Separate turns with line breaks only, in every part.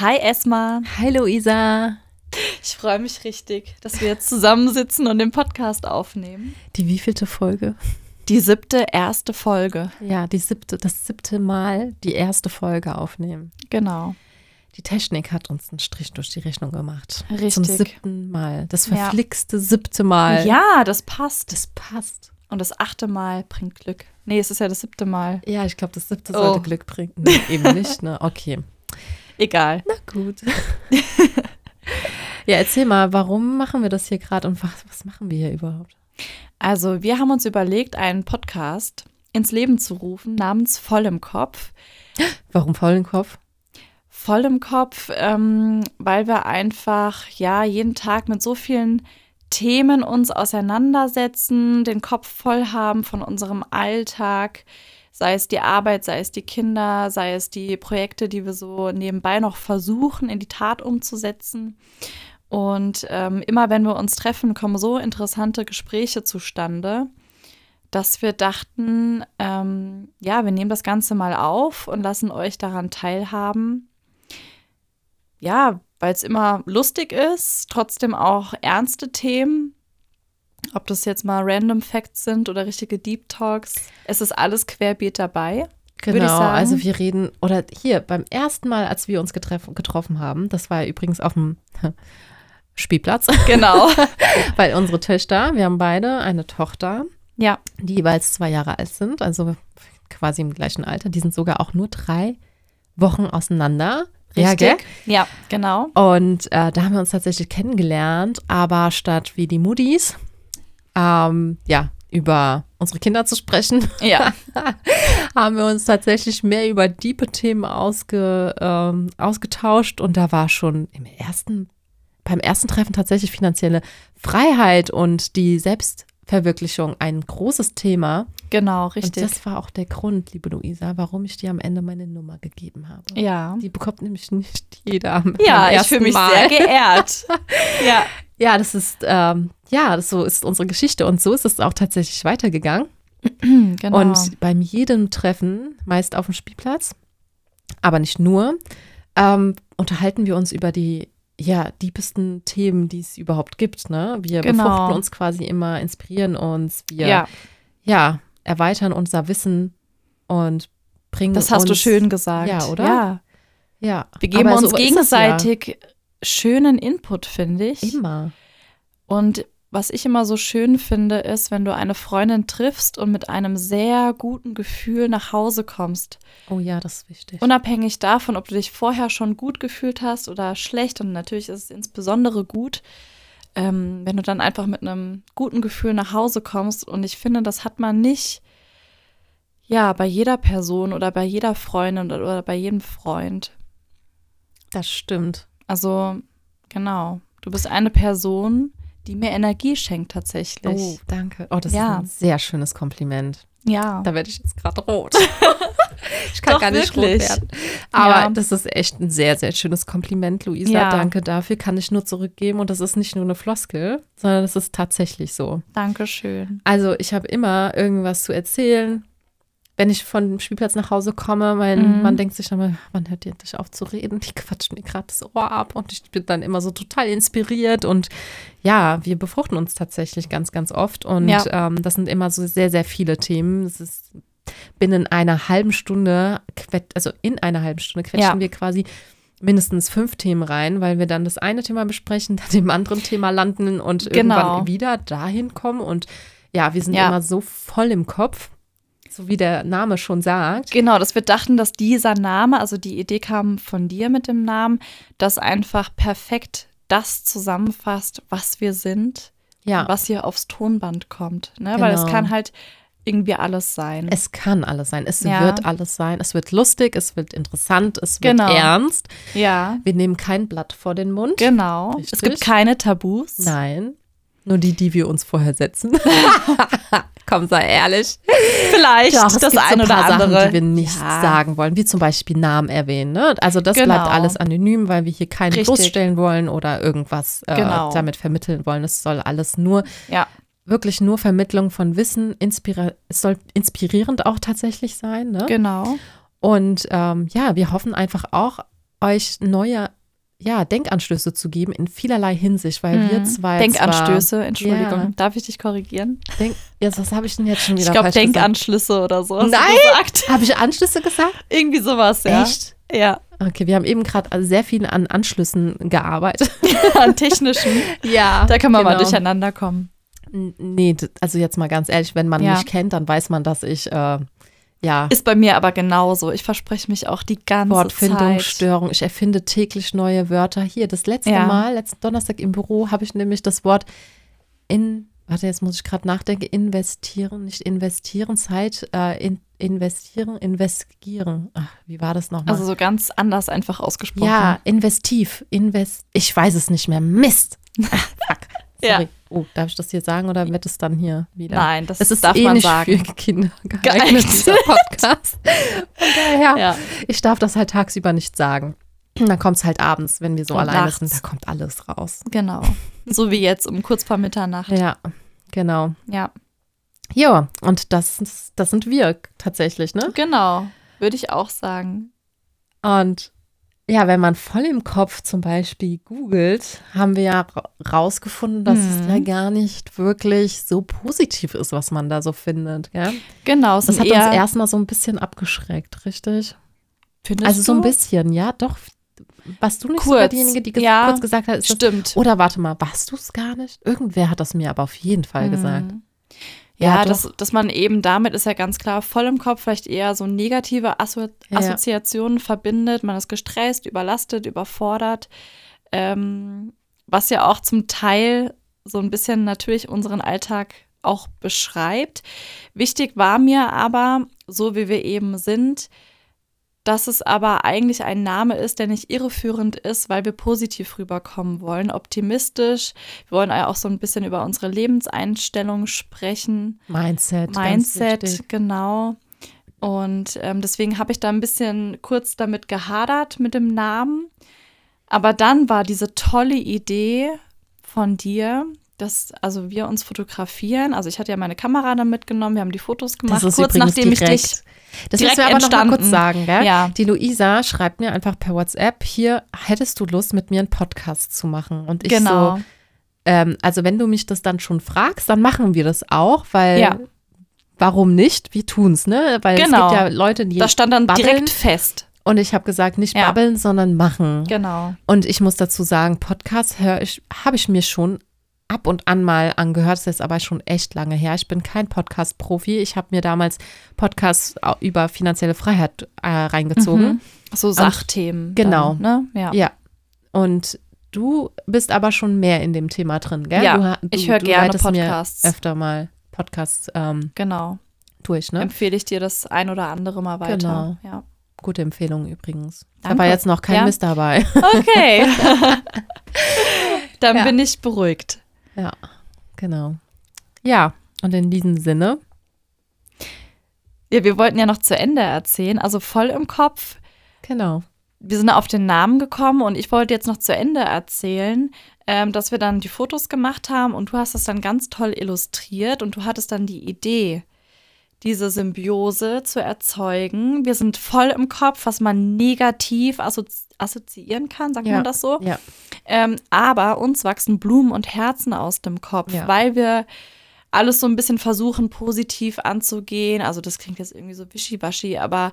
Hi Esma.
Hi Luisa.
Ich freue mich richtig, dass wir jetzt zusammensitzen und den Podcast aufnehmen.
Die wievielte Folge?
Die siebte, erste Folge.
Ja, die siebte, das siebte Mal die erste Folge aufnehmen.
Genau.
Die Technik hat uns einen Strich durch die Rechnung gemacht. Zum
Richtig.
siebten Mal. Das
Ja.
verflixte siebte Mal.
Ja, das passt.
Das passt.
Und das achte Mal bringt Glück. Nee, es ist ja das siebte Mal.
Ja, ich glaube, das siebte
Oh.
sollte Glück bringen. Nee, eben nicht, ne? Okay.
Egal.
Na gut. ja, erzähl mal, warum machen wir das hier gerade und was, was machen wir hier überhaupt?
Also, wir haben uns überlegt, einen Podcast ins Leben zu rufen namens Voll im Kopf.
Warum faulen Kopf?
Voll im Kopf, ähm, weil wir einfach ja jeden Tag mit so vielen Themen uns auseinandersetzen, den Kopf voll haben von unserem Alltag, sei es die Arbeit, sei es die Kinder, sei es die Projekte, die wir so nebenbei noch versuchen, in die Tat umzusetzen. Und ähm, immer wenn wir uns treffen, kommen so interessante Gespräche zustande, dass wir dachten, ähm, ja, wir nehmen das Ganze mal auf und lassen euch daran teilhaben. Ja, weil es immer lustig ist, trotzdem auch ernste Themen. Ob das jetzt mal Random Facts sind oder richtige Deep Talks. Es ist alles querbeet dabei.
Genau,
ich sagen.
also wir reden, oder hier, beim ersten Mal, als wir uns getreff, getroffen haben, das war ja übrigens auf dem Spielplatz,
Genau.
weil unsere Töchter, wir haben beide eine Tochter,
ja.
die jeweils zwei Jahre alt sind, also quasi im gleichen Alter, die sind sogar auch nur drei Wochen auseinander. Ja, gell?
Ja, genau.
Und äh, da haben wir uns tatsächlich kennengelernt, aber statt wie die Moody's, ähm, ja, über unsere Kinder zu sprechen,
Ja,
haben wir uns tatsächlich mehr über diepe Themen ausge, ähm, ausgetauscht und da war schon im ersten, beim ersten Treffen tatsächlich finanzielle Freiheit und die Selbstverwirklichung ein großes Thema.
genau,
Und
richtig.
das war auch der Grund, liebe Luisa, warum ich dir am Ende meine Nummer gegeben habe.
ja.
Die bekommt nämlich nicht jeder am am
Ja, ich
ersten
fühle mich
Mal.
sehr geehrt. ja.
Ja, das ist, ähm, ja, das, so ist unsere Geschichte und so ist es auch tatsächlich weitergegangen.
Genau.
Und beim jedem Treffen, meist auf dem Spielplatz, aber nicht nur, ähm, unterhalten wir uns über die ja, diebsten Themen, die es überhaupt gibt. Ne? Wir
Genau.
befruchten uns quasi immer, inspirieren uns, wir
ja,
ja, erweitern unser Wissen und bringen
das hast
uns,
du schön gesagt.
Ja, oder?
Ja.
Ja,
Wir geben
aber
uns
so ist es
gegenseitig schönen Input, finde
Ja.
ich.
Immer.
Und was ich immer so schön finde, ist, wenn du eine Freundin triffst und mit einem sehr guten Gefühl nach Hause kommst.
Oh ja, das ist wichtig.
Unabhängig davon, ob du dich vorher schon gut gefühlt hast oder schlecht, und natürlich ist es insbesondere gut, ähm, wenn du dann einfach mit einem guten Gefühl nach Hause kommst. Und ich finde, das hat man nicht, ja, bei jeder Person oder bei jeder Freundin oder, oder bei jedem Freund.
das stimmt.
Also, genau, du bist eine Person, die mir Energie schenkt tatsächlich.
Oh, danke. Oh, das
Ja.
ist ein sehr schönes Kompliment.
Ja.
Da werde ich jetzt gerade rot. ich
Genau.
kann
Doch,
gar nicht
wirklich.
rot werden. Aber
Ja.
das ist echt ein sehr, sehr schönes Kompliment, Luisa.
Ja.
Danke dafür. Kann ich nur zurückgeben. Und das ist nicht nur eine Floskel, sondern das ist tatsächlich so.
Dankeschön.
Also ich habe immer irgendwas zu erzählen. Wenn ich von dem Spielplatz nach Hause komme, mein
Mhm.
Mann denkt sich dann mal, wann hört ihr endlich auf zu reden? Die quatschen mir gerade das Ohr ab und ich bin dann immer so total inspiriert und ja, wir befruchten uns tatsächlich ganz, ganz oft und
Ja.
ähm, das sind immer so sehr, sehr viele Themen. Es ist binnen einer halben Stunde, quet, also in einer halben Stunde quetschen
Ja.
wir quasi mindestens fünf Themen rein, weil wir dann das eine Thema besprechen, dann dem anderen Thema landen und
Genau.
irgendwann wieder dahin kommen und ja, wir sind
Ja.
immer so voll im Kopf, so wie der Name schon sagt.
Genau, dass wir dachten, dass dieser Name, also die Idee kam von dir mit dem Namen, das einfach perfekt das zusammenfasst, was wir sind,
Ja,
was hier aufs Tonband kommt. Ne? Weil es
Genau.
kann halt irgendwie alles sein.
es kann alles sein. Es
Ja.
wird alles sein. Es wird lustig, es wird interessant, es wird
Genau.
ernst.
ja,
Wir nehmen kein Blatt vor den Mund.
genau.
Richtig.
Es gibt keine Tabus.
Nein. Nur die, die wir uns vorher setzen. Komm, sei ehrlich.
Vielleicht
Doch, es
das
gibt so ein
eine oder
paar
andere.
Sachen, die wir nicht
Ja.
sagen wollen, wie zum Beispiel Namen erwähnen. Ne? Also das
Genau.
bleibt alles anonym, weil wir hier keinen
Richtig.
bloßstellen wollen oder irgendwas äh,
Genau.
damit vermitteln wollen. Es soll alles nur
Ja,
wirklich nur Vermittlung von Wissen. Inspira es soll inspirierend auch tatsächlich sein. Ne?
genau.
Und ähm, ja, wir hoffen einfach auch euch neue ja, Denkanstöße zu geben in vielerlei Hinsicht, weil wir
Mhm.
zwei
Denkanstöße, Entschuldigung.
Ja.
Darf ich dich korrigieren?
Zwar, denk, jetzt, was habe ich denn jetzt schon wieder
Ich glaube,
falsch gesagt?
Denkanschlüsse oder so. hast du
Nein!
Gesagt.
Habe ich Anschlüsse gesagt?
Irgendwie sowas, ja.
Echt?
Ja,
Okay, wir haben eben gerade sehr viel an Anschlüssen gearbeitet.
an technischen.
Ja, genau.
Da kann man mal durcheinander kommen.
N- Nee, d- also jetzt mal ganz ehrlich, wenn man
Ja.
mich kennt, dann weiß man, dass ich äh, ja
Ist bei mir aber genauso. Ich verspreche mich auch die ganze Zeit.
Wortfindungsstörung. Ich erfinde täglich neue Wörter. Hier, das letzte
Ja.
Mal, letzten Donnerstag im Büro, habe ich nämlich das Wort in, warte, jetzt muss ich gerade nachdenken, investieren, nicht investieren, Zeit äh, in, investieren, investieren. Ach, wie war das nochmal?
Also so ganz anders einfach ausgesprochen.
ja, investiv, invest, ich weiß es nicht mehr. Mist. Ah, Fuck.
Ja.
Sorry. Oh, darf ich das hier sagen oder wird es dann hier wieder?
Nein, das,
Es ist
darf
eh
man
nicht
sagen.
für Kinder geeignet,
Geeignet.
dieser Podcast. Von daher,
Ja.
ich darf das halt tagsüber nicht sagen. Dann kommt es halt abends, wenn wir so
Und
alleine
nachts.
sind, da kommt alles raus.
Genau. So wie jetzt um kurz vor Mitternacht. Ja.
Ja, genau. Ja, und das, ist- das sind wir tatsächlich, ne?
Genau. Würde ich auch sagen.
Und ja, wenn man voll im Kopf zum Beispiel googelt, haben wir ja ra- rausgefunden, dass es
Hm.
ja gar nicht wirklich so positiv ist, was man da so findet. Ja?
Genau. es
Das
sind
hat uns
eher,
erstmal so ein bisschen abgeschreckt, richtig?
findest
Also so ein
du?
bisschen, ja, doch. Warst du nicht
Kurz,
sogar diejenige, die ges
ja.
kurz gesagt hat, ist das,
Stimmt.
oder warte mal, warst du es gar nicht? Irgendwer hat das mir aber auf jeden Fall gesagt.
Mhm. Ja,
Ja, doch.
dass, dass man eben damit ist ja ganz klar voll im Kopf vielleicht eher so negative Asso
Ja.
Assoziationen verbindet. Man ist gestresst, überlastet, überfordert. Ähm, was ja auch zum Teil so ein bisschen natürlich unseren Alltag auch beschreibt. Wichtig war mir aber, so wie wir eben sind, dass es aber eigentlich ein Name ist, der nicht irreführend ist, weil wir positiv rüberkommen wollen, optimistisch. Wir wollen ja auch so ein bisschen über unsere Lebenseinstellung sprechen,
Mindset. ganz wichtig.
Mindset, genau. Und ähm, deswegen habe ich da ein bisschen kurz damit gehadert mit dem Namen. Aber dann war diese tolle Idee von dir, dass also wir uns fotografieren. Also ich hatte ja meine Kamera dann mitgenommen, wir haben die Fotos gemacht,
Das ist
kurz
übrigens
nachdem
direkt,
ich dich
Das
direkt
müssen wir aber noch mal kurz
entstanden.
sagen, gell?
Ja.
Die Luisa schreibt mir einfach per WhatsApp, hier hättest du Lust, mit mir einen Podcast zu machen. Und ich so,
genau.
ähm, also wenn du mich das dann schon fragst, dann machen wir das auch, weil
Ja.
warum nicht? Wir tun's, ne? Weil
Genau.
es gibt ja Leute, die
Das stand dann
babbeln.
direkt fest.
und ich habe gesagt, nicht
Ja.
babbeln, sondern machen.
Genau.
Und ich muss dazu sagen, Podcast höre ich, habe ich mir schon ab und an mal angehört. Das ist aber schon echt lange her. Ich bin kein Podcast-Profi. Ich habe mir damals Podcasts au- über finanzielle Freiheit äh, reingezogen.
Mhm. So Sachthemen.
genau.
Dann, ne? Ja.
Ja. Und du bist aber schon mehr in dem Thema drin, gell?
Ja,
du, ha- du,
ich höre
du
gerne
leitest
Podcasts.
Mir öfter mal Podcasts ähm,
Genau.
durch, ne?
Empfehle ich dir das ein oder andere mal weiter. Genau. Ja.
Gute Empfehlung übrigens. Da
Danke.
war jetzt noch kein
Ja.
Mist dabei.
Okay. Dann
Ja.
bin ich beruhigt.
ja, genau. Ja, und in diesem Sinne.
Ja, wir wollten ja noch zu Ende erzählen, also voll im Kopf.
Genau.
Wir sind auf den Namen gekommen und ich wollte jetzt noch zu Ende erzählen, ähm, dass wir dann die Fotos gemacht haben und du hast das dann ganz toll illustriert und du hattest dann die Idee, diese Symbiose zu erzeugen. Wir sind voll im Kopf, was man negativ assozi assoziieren kann, sagt
Ja.
man das so?
Ja.
Ähm, aber uns wachsen Blumen und Herzen aus dem Kopf,
Ja.
weil wir alles so ein bisschen versuchen, positiv anzugehen. Also das klingt jetzt irgendwie so wischiwaschi, aber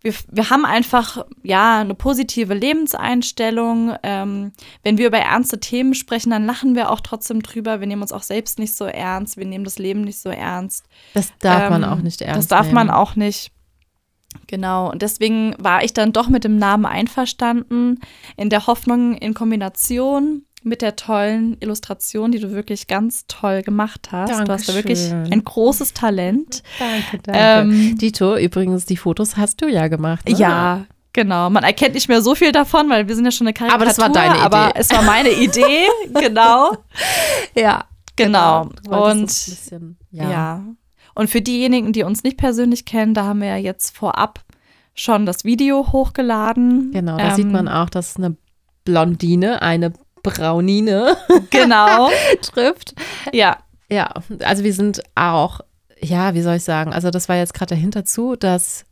wir, wir haben einfach, ja, eine positive Lebenseinstellung. Ähm, wenn wir über ernste Themen sprechen, dann lachen wir auch trotzdem drüber. Wir nehmen uns auch selbst nicht so ernst. Wir nehmen das Leben nicht so ernst.
Das darf man
Ähm,
auch nicht ernst
Das darf man
nehmen.
auch nicht. Genau, und deswegen war ich dann doch mit dem Namen einverstanden, in der Hoffnung in Kombination mit der tollen Illustration, die du wirklich ganz toll gemacht hast. Du hast da wirklich
Dankeschön.
ein großes Talent.
Danke, danke.
Ähm,
Dito, übrigens, die Fotos hast du ja gemacht. Ne?
ja, genau. Man erkennt nicht mehr so viel davon, weil wir sind ja schon eine Karikatur.
Aber das war deine
Aber
Idee.
es war meine Idee, genau.
Ja.
Genau.
Du wolltest
Und
es ein bisschen,
Ja.
ja.
Und für diejenigen, die uns nicht persönlich kennen, da haben wir ja jetzt vorab schon das Video hochgeladen.
Genau, da
Ähm,
sieht man auch, dass eine Blondine eine Braunine
Genau.
trifft.
ja.
Ja, also wir sind auch, ja, wie soll ich sagen, also das war jetzt gerade dahinter zu, dass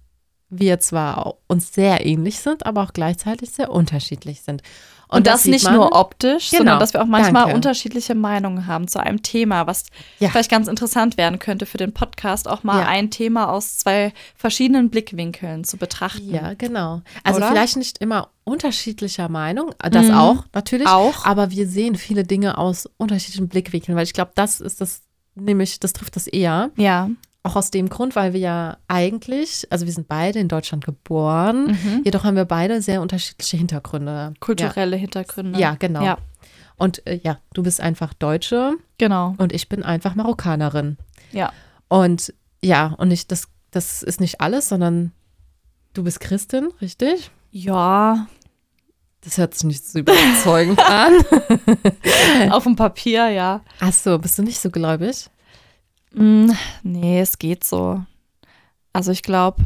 wir zwar au- uns sehr ähnlich sind, aber auch gleichzeitig sehr unterschiedlich sind.
Und, das,
sieht
nicht
man-
nur optisch,
Genau.
sondern dass wir auch manchmal
Danke.
unterschiedliche Meinungen haben zu einem Thema, was
Ja.
vielleicht ganz interessant werden könnte für den Podcast, auch mal
Ja.
ein Thema aus zwei verschiedenen Blickwinkeln zu betrachten.
Ja, genau. Also
Oder?
vielleicht nicht immer unterschiedlicher Meinung, das
Mhm.
auch natürlich,
Auch.
aber wir sehen viele Dinge aus unterschiedlichen Blickwinkeln, weil ich glaube, das ist das nämlich, das trifft das eher.
Ja.
Auch aus dem Grund, weil wir ja eigentlich, also wir sind beide in Deutschland geboren,
Mhm.
jedoch haben wir beide sehr unterschiedliche Hintergründe.
Kulturelle Hintergründe.
Ja, ja genau.
Ja,
Und äh, ja, du bist einfach Deutsche
genau.
und ich bin einfach Marokkanerin.
Ja.
Und ja, und ich, das, das ist nicht alles, sondern du bist Christin, richtig?
Ja,
Das hört sich nicht so überzeugend an.
auf dem Papier, ja.
Ach so, bist du nicht so gläubig?
Mm, nee, es geht so. Also ich glaube,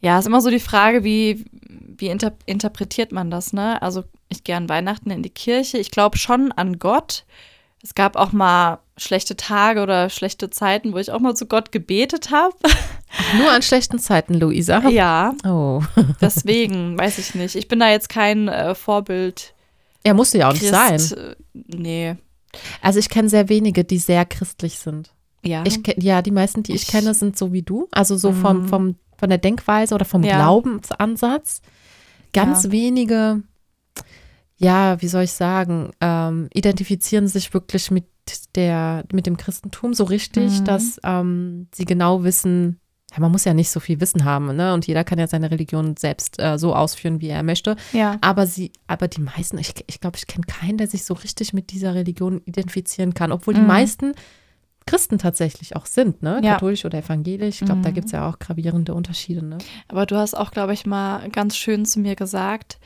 ja, ist immer so die Frage, wie, wie inter interpretiert man das, ne? Also ich gehe an Weihnachten in die Kirche. Ich glaube schon an Gott. Es gab auch mal schlechte Tage oder schlechte Zeiten, wo ich auch mal zu Gott gebetet habe.
Nur an schlechten Zeiten, Luisa.
Ja,
Oh.
deswegen, weiß ich nicht. Ich bin da jetzt kein äh, Vorbild.
Er musste ja auch nicht
Christ,
sein.
äh, Nee.
Also ich kenne sehr wenige, die sehr christlich sind.
Ja.
Ich kenn, ja, die meisten, die ich,
Ich-
kenne, sind so wie du. Also so vom,
Mhm.
vom, von der Denkweise oder vom
Ja.
Glaubensansatz. Ganz wenige, ja, wie soll ich sagen, ähm, identifizieren sich wirklich mit der, mit dem Christentum so richtig,
Mhm.
dass ähm, sie genau wissen, ja, man muss ja nicht so viel Wissen haben, ne? Und jeder kann ja seine Religion selbst äh, so ausführen, wie er möchte.
ja.
Aber sie, aber die meisten, ich glaube, ich, glaub, ich kenne keinen, der sich so richtig mit dieser Religion identifizieren kann, obwohl die
Mhm.
meisten Christen tatsächlich auch sind, ne?
Ja.
Katholisch oder evangelisch. Ich glaube, da
Mhm.
gibt es ja auch gravierende Unterschiede, ne?
Aber du hast auch, glaube ich, mal ganz schön zu mir gesagt,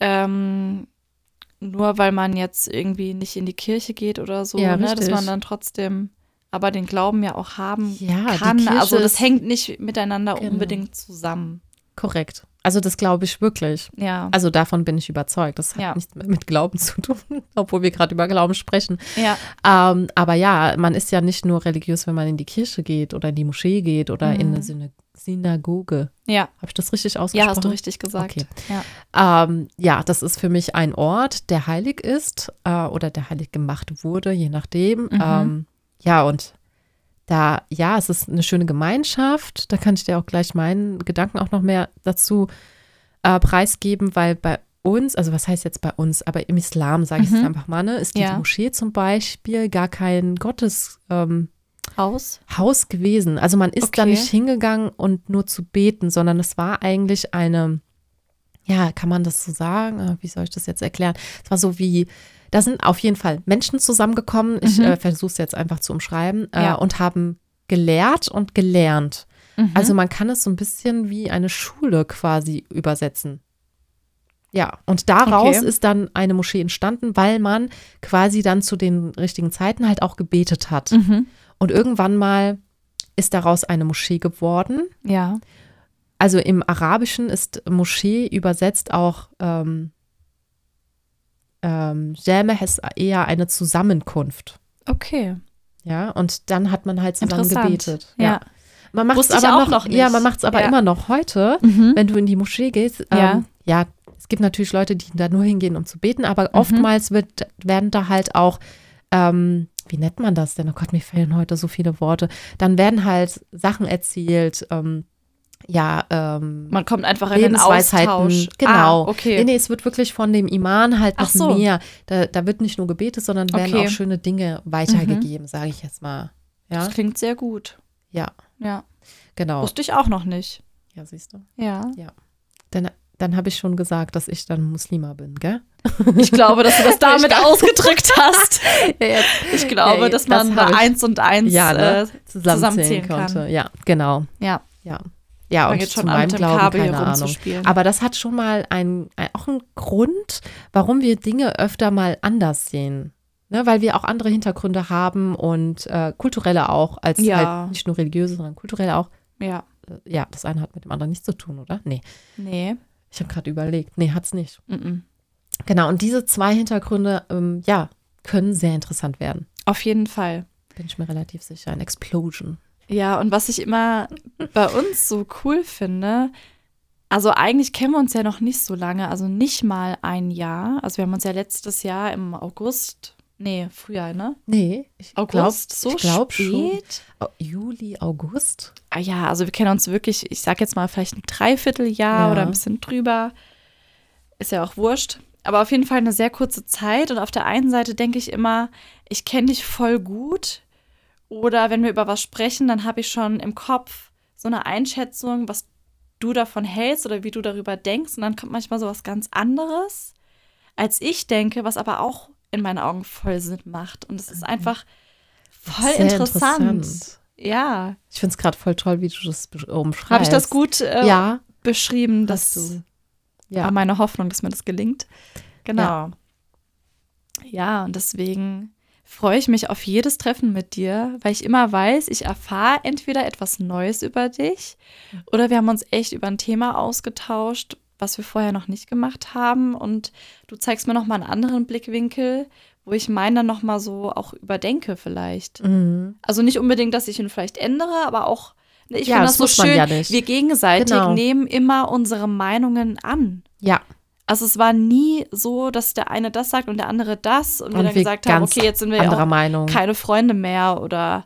ähm, nur weil man jetzt irgendwie nicht in die Kirche geht oder so,
Ja,
ne, dass
richtig.
man dann trotzdem aber den Glauben ja auch haben
Ja, die
kann.
Kirche
also das
ist-
hängt nicht miteinander
Genau.
unbedingt zusammen.
Korrekt. Also das glaube ich wirklich.
Ja,
Also davon bin ich überzeugt. Das hat
Ja.
nichts mehr mit Glauben zu tun, obwohl wir gerade über Glauben sprechen.
ja,
Ähm, aber ja, man ist ja nicht nur religiös, wenn man in die Kirche geht oder in die Moschee geht oder in
Mhm.
eine Syna- Synagoge.
ja,
Habe ich das richtig ausgesprochen?
ja, hast du richtig gesagt.
Okay.
Ja.
Ähm, ja, das ist für mich ein Ort, der heilig ist äh, oder der heilig gemacht wurde, je nachdem.
Mhm.
Ähm, ja, und da, ja, es ist eine schöne Gemeinschaft. Da kann ich dir auch gleich meinen Gedanken auch noch mehr dazu äh, preisgeben, weil bei uns, also was heißt jetzt bei uns, aber im Islam, sage ich es
Mhm.
einfach mal, ne, ist die
Ja.
Moschee zum Beispiel gar kein Gottes. Ähm,
Haus?
Haus gewesen. Also man ist da
Okay.
nicht hingegangen und nur zu beten, sondern es war eigentlich eine, ja, kann man das so sagen? Äh, Wie soll ich das jetzt erklären? Es war so wie, da sind auf jeden Fall Menschen zusammengekommen, ich
Mhm.
äh, versuche es jetzt einfach zu umschreiben, äh,
Ja.
und haben gelehrt und gelernt.
Mhm.
Also man kann es so ein bisschen wie eine Schule quasi übersetzen. Ja, und daraus
Okay.
ist dann eine Moschee entstanden, weil man quasi dann zu den richtigen Zeiten halt auch gebetet hat.
mhm.
Und irgendwann mal ist daraus eine Moschee geworden.
ja,
Also im Arabischen ist Moschee übersetzt auch ähm, ähm, Jameh ist eher eine Zusammenkunft.
okay,
Ja, und dann hat man halt zusammen
interessant.
gebetet.
Ja,
Man macht es
Wusste ich
aber
auch noch nicht.
Ja, man macht es aber
Ja.
immer noch heute,
Mhm.
wenn du in die Moschee gehst. Ähm,
Ja.
ja. es gibt natürlich Leute, die da nur hingehen, um zu beten,
Mhm.
aber oftmals wird, werden da halt auch, ähm, wie nennt man das denn? Oh Gott, mir fehlen heute so viele Worte. Dann werden halt Sachen erzählt, ähm, ja, ähm,
man kommt einfach in den
Lebensweisheiten,
Austausch.
genau.
Ah, okay.
Nee, nee, es wird wirklich von dem Iman halt noch
Ach so.
mehr. Da, da wird nicht nur gebetet, sondern werden
Okay.
auch schöne Dinge weitergegeben, sage ich jetzt mal. Ja,
Das klingt sehr gut.
ja,
Ja,
genau.
wusste ich auch noch nicht.
Ja, siehst du.
Ja.
Dann, dann habe ich schon gesagt, dass ich dann Muslima bin, gell?
Ich glaube, dass du das damit ausgedrückt hast.
Jetzt
Ich glaube,
Ja,
dass
das
man
hab
bei
ich.
eins und eins
Ja, ne?
äh,
zusammenzählen
Zusammenzählen kann.
konnte. Ja, genau.
ja,
Ja, ja
man
und
geht
zu
schon an
meinem
dem
Glauben,
Kabel
keine
hier
Ahnung.
rumzuspielen.
Aber das hat schon mal ein, ein, auch einen Grund, warum wir Dinge öfter mal anders sehen. Ne, weil wir auch andere Hintergründe haben und äh, kulturelle auch, als
Ja.
halt nicht nur religiöse, sondern kulturelle auch.
ja,
Äh, Ja, das eine hat mit dem anderen nichts zu tun, oder? Nee,
nee.
ich habe gerade überlegt. Nee, hat's nicht.
mhm.
Genau, und diese zwei Hintergründe, ähm, ja, können sehr interessant werden.
Auf jeden Fall.
Bin ich mir relativ sicher. Ein Explosion.
Ja, und was ich immer bei uns so cool finde, also eigentlich kennen wir uns ja noch nicht so lange, also nicht mal ein Jahr. Also wir haben uns ja letztes Jahr im August, nee, Frühjahr, ne?
Nee, ich glaube
August, so
ich glaub schon.
spät.
Juli, August.
Ah ja, also wir kennen uns wirklich, ich sag jetzt mal vielleicht ein Dreivierteljahr
Ja.
oder ein bisschen drüber. Ist ja auch wurscht. Aber auf jeden Fall eine sehr kurze Zeit. Und auf der einen Seite denke ich immer, ich kenne dich voll gut. Oder wenn wir über was sprechen, dann habe ich schon im Kopf so eine Einschätzung, was du davon hältst oder wie du darüber denkst. Und dann kommt manchmal so was ganz anderes, als ich denke, was aber auch in meinen Augen voll Sinn macht. Und es ist einfach voll
Sehr
interessant. Ja,
Ich finde es gerade voll toll, wie du das besch- umschreibst.
Habe ich das gut äh,
Ja,
beschrieben? Das
hast du.
war
Ja.
meine Hoffnung, dass mir das gelingt. Genau. Ja, und deswegen freue ich mich auf jedes Treffen mit dir, weil ich immer weiß, ich erfahre entweder etwas Neues über dich oder wir haben uns echt über ein Thema ausgetauscht, was wir vorher noch nicht gemacht haben und du zeigst mir nochmal einen anderen Blickwinkel, wo ich meinen dann nochmal so auch überdenke vielleicht.
Mhm.
Also nicht unbedingt, dass ich ihn vielleicht ändere, aber auch, ne, ich
Ja,
finde
das
das, so
muss man
schön,
ja nicht.
wir gegenseitig
Genau.
nehmen immer unsere Meinungen an.
Ja,
Also es war nie so, dass der eine das sagt und der andere das und, wir
und
dann
wir
gesagt haben,
ganz
okay, jetzt sind wir
anderer
ja auch
Meinung.
keine Freunde mehr oder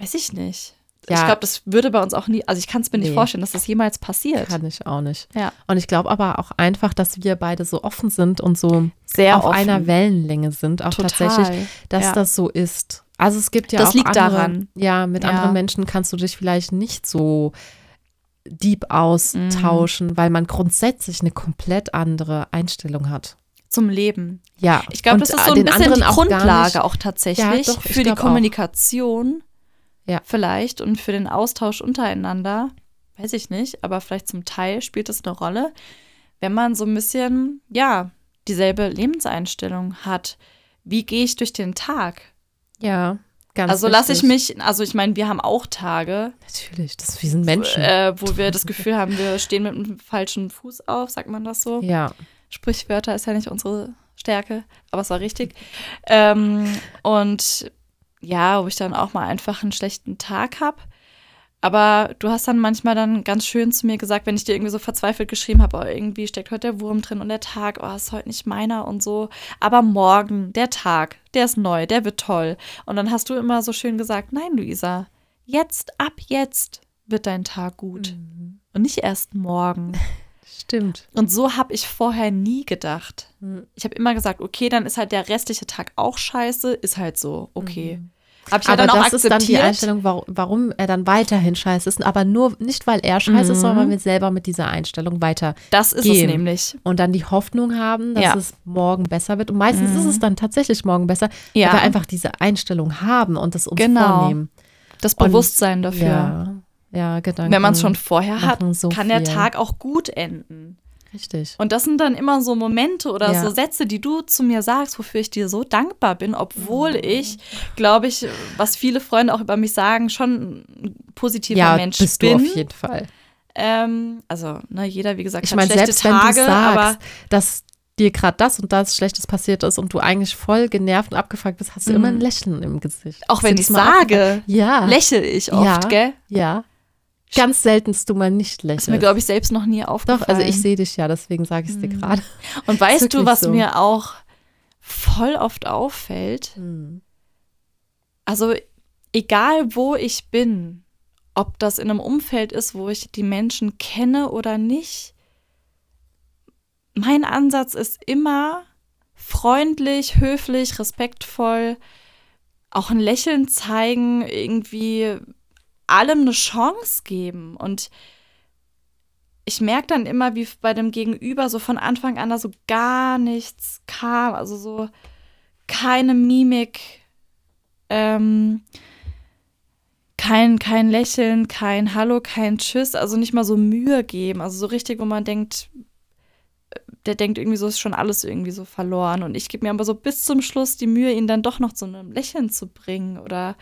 weiß ich nicht. Ich
Ja.
glaube, das würde bei uns auch nie, also ich kann es mir nicht
Nee.
vorstellen, dass das jemals passiert.
Kann ich auch nicht.
Ja.
Und ich glaube aber auch einfach, dass wir beide so offen sind und so
Sehr
auf
offen.
einer Wellenlänge sind, auch
Total,
tatsächlich, dass
ja.
das so ist. Also es gibt ja
Das
auch
liegt
andere,
daran.
Ja, mit
Ja.
anderen Menschen kannst du dich vielleicht nicht so deep
Mhm.
austauschen, weil man grundsätzlich eine komplett andere Einstellung hat.
Zum Leben.
Ja,
Ich glaube,
und,
das ist
äh,
so ein
den
bisschen die
anderen auch gar
Grundlage
nicht.
auch, tatsächlich
Ja, doch, ich
für die
glaub auch.
Kommunikation
Ja.
vielleicht und für den Austausch untereinander. Weiß ich nicht, aber vielleicht zum Teil spielt das eine Rolle, wenn man so ein bisschen, ja, dieselbe Lebenseinstellung hat. Wie gehe ich durch den Tag?
Ja, ganz
also lasse ich
wichtig.
mich, also ich meine, wir haben auch Tage,
Natürlich, das, wir sind Menschen.
äh, wo wir das Gefühl haben, wir stehen mit dem falschen Fuß auf, sagt man das so?
ja,
Sprichwörter ist ja nicht unsere Stärke, aber es war richtig. Ähm, und ja, wo ich dann auch mal einfach einen schlechten Tag habe. Aber du hast dann manchmal dann ganz schön zu mir gesagt, wenn ich dir irgendwie so verzweifelt geschrieben habe, oh, irgendwie steckt heute der Wurm drin und der Tag, oh, ist heute nicht meiner und so. Aber morgen, der Tag, der ist neu, der wird toll. Und dann hast du immer so schön gesagt, nein, Luisa, jetzt, ab jetzt wird dein Tag gut.
Mhm.
Und nicht erst morgen.
stimmt.
Und so habe ich vorher nie gedacht. Ich habe immer gesagt, okay, dann ist halt der restliche Tag auch scheiße, ist halt so, okay. Habe ich ja
Mhm. aber
dann auch
das ist dann die
akzeptiert.
Einstellung, warum, warum er dann weiterhin scheiße ist. Aber nur nicht, weil er scheiße ist, sondern weil wir selber mit dieser Einstellung weiter
das ist
gehen.
es nämlich.
Und dann die Hoffnung haben, dass
Ja.
es morgen besser wird. Und meistens ist es dann tatsächlich morgen besser,
Ja.
weil wir einfach diese Einstellung haben und das uns
Genau.
vornehmen.
Das
Und-
Bewusstsein dafür.
Ja, ja Gedanken.
Wenn man es schon vorher hat,
machen so
kann der
viel.
Tag auch gut enden.
Richtig.
Und das sind dann immer so Momente oder
Ja.
so Sätze, die du zu mir sagst, wofür ich dir so dankbar bin, obwohl
Mhm.
ich, glaube ich, was viele Freunde auch über mich sagen, schon ein positiver
ja,
Mensch
bist
bin.
du auf jeden Fall.
Ähm, also, ne, jeder, wie gesagt,
Ich
hat
meine,
schlechte
selbst wenn
Tage,
du
aber
sagst, dass dir gerade das und das Schlechtes passiert ist und du eigentlich voll genervt und abgefuckt bist, hast du immer ein Lächeln im Gesicht.
Mhm. auch
Ist
wenn
dir
ich
das mal
sage,
aufgefallen? ja.
lächle ich oft,
Ah. ja,
gell?
Ja. Ganz seltenst du mal nicht
Ist mir,
lächelst.
glaube ich, selbst noch nie aufgefallen. Mhm.
Doch, also ich sehe dich ja, deswegen sage ich es dir gerade.
Und weißt du,
wirklich
was
so.
mir auch voll oft auffällt?
Hm.
Also, egal wo ich bin, ob das in einem Umfeld ist, wo ich die Menschen kenne oder nicht, mein Ansatz ist immer freundlich, höflich, respektvoll, auch ein Lächeln zeigen, irgendwie allem eine Chance geben. Und ich merke dann immer, wie bei dem Gegenüber so von Anfang an da so gar nichts kam. Also so keine Mimik, ähm, kein, kein Lächeln, kein Hallo, kein Tschüss. Also nicht mal so Mühe geben. Also so richtig, wo man denkt, äh, der denkt irgendwie so, ist schon alles irgendwie so verloren. Und ich gebe mir aber so bis zum Schluss die Mühe, ihn dann doch noch zu einem Lächeln zu bringen. Oder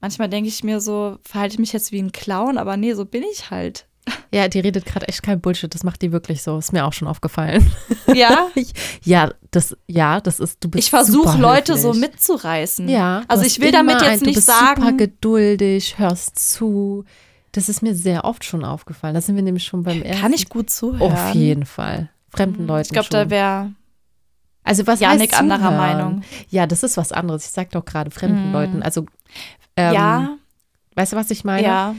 manchmal denke ich mir so, verhalte ich mich jetzt wie ein Clown, aber nee, so bin ich halt.
Ja, die redet gerade echt kein Bullshit. Das macht die wirklich so. Ist mir auch schon aufgefallen.
Ja,
Ich, ja, das, ja, das ist, du bist
ich versuche
super
Leute
höflich.
so mitzureißen.
Ja. du
Also
hast
ich will
immer
damit
ein-
jetzt
du
nicht
bist super
sagen,
geduldig, hörst zu. Das ist mir sehr oft schon aufgefallen. Da sind wir nämlich schon beim ersten.
kann ich gut zuhören. Mhm.
Auf jeden Fall. Fremden Leuten
Ich glaube,
schon.
da wäre
also was
Janik
heißt
anderer
zuhören?
Meinung.
Ja, das ist was anderes. Ich sag doch gerade fremden
Mm.
Leuten. Also ähm,
ja,
weißt du, was ich meine?
ja.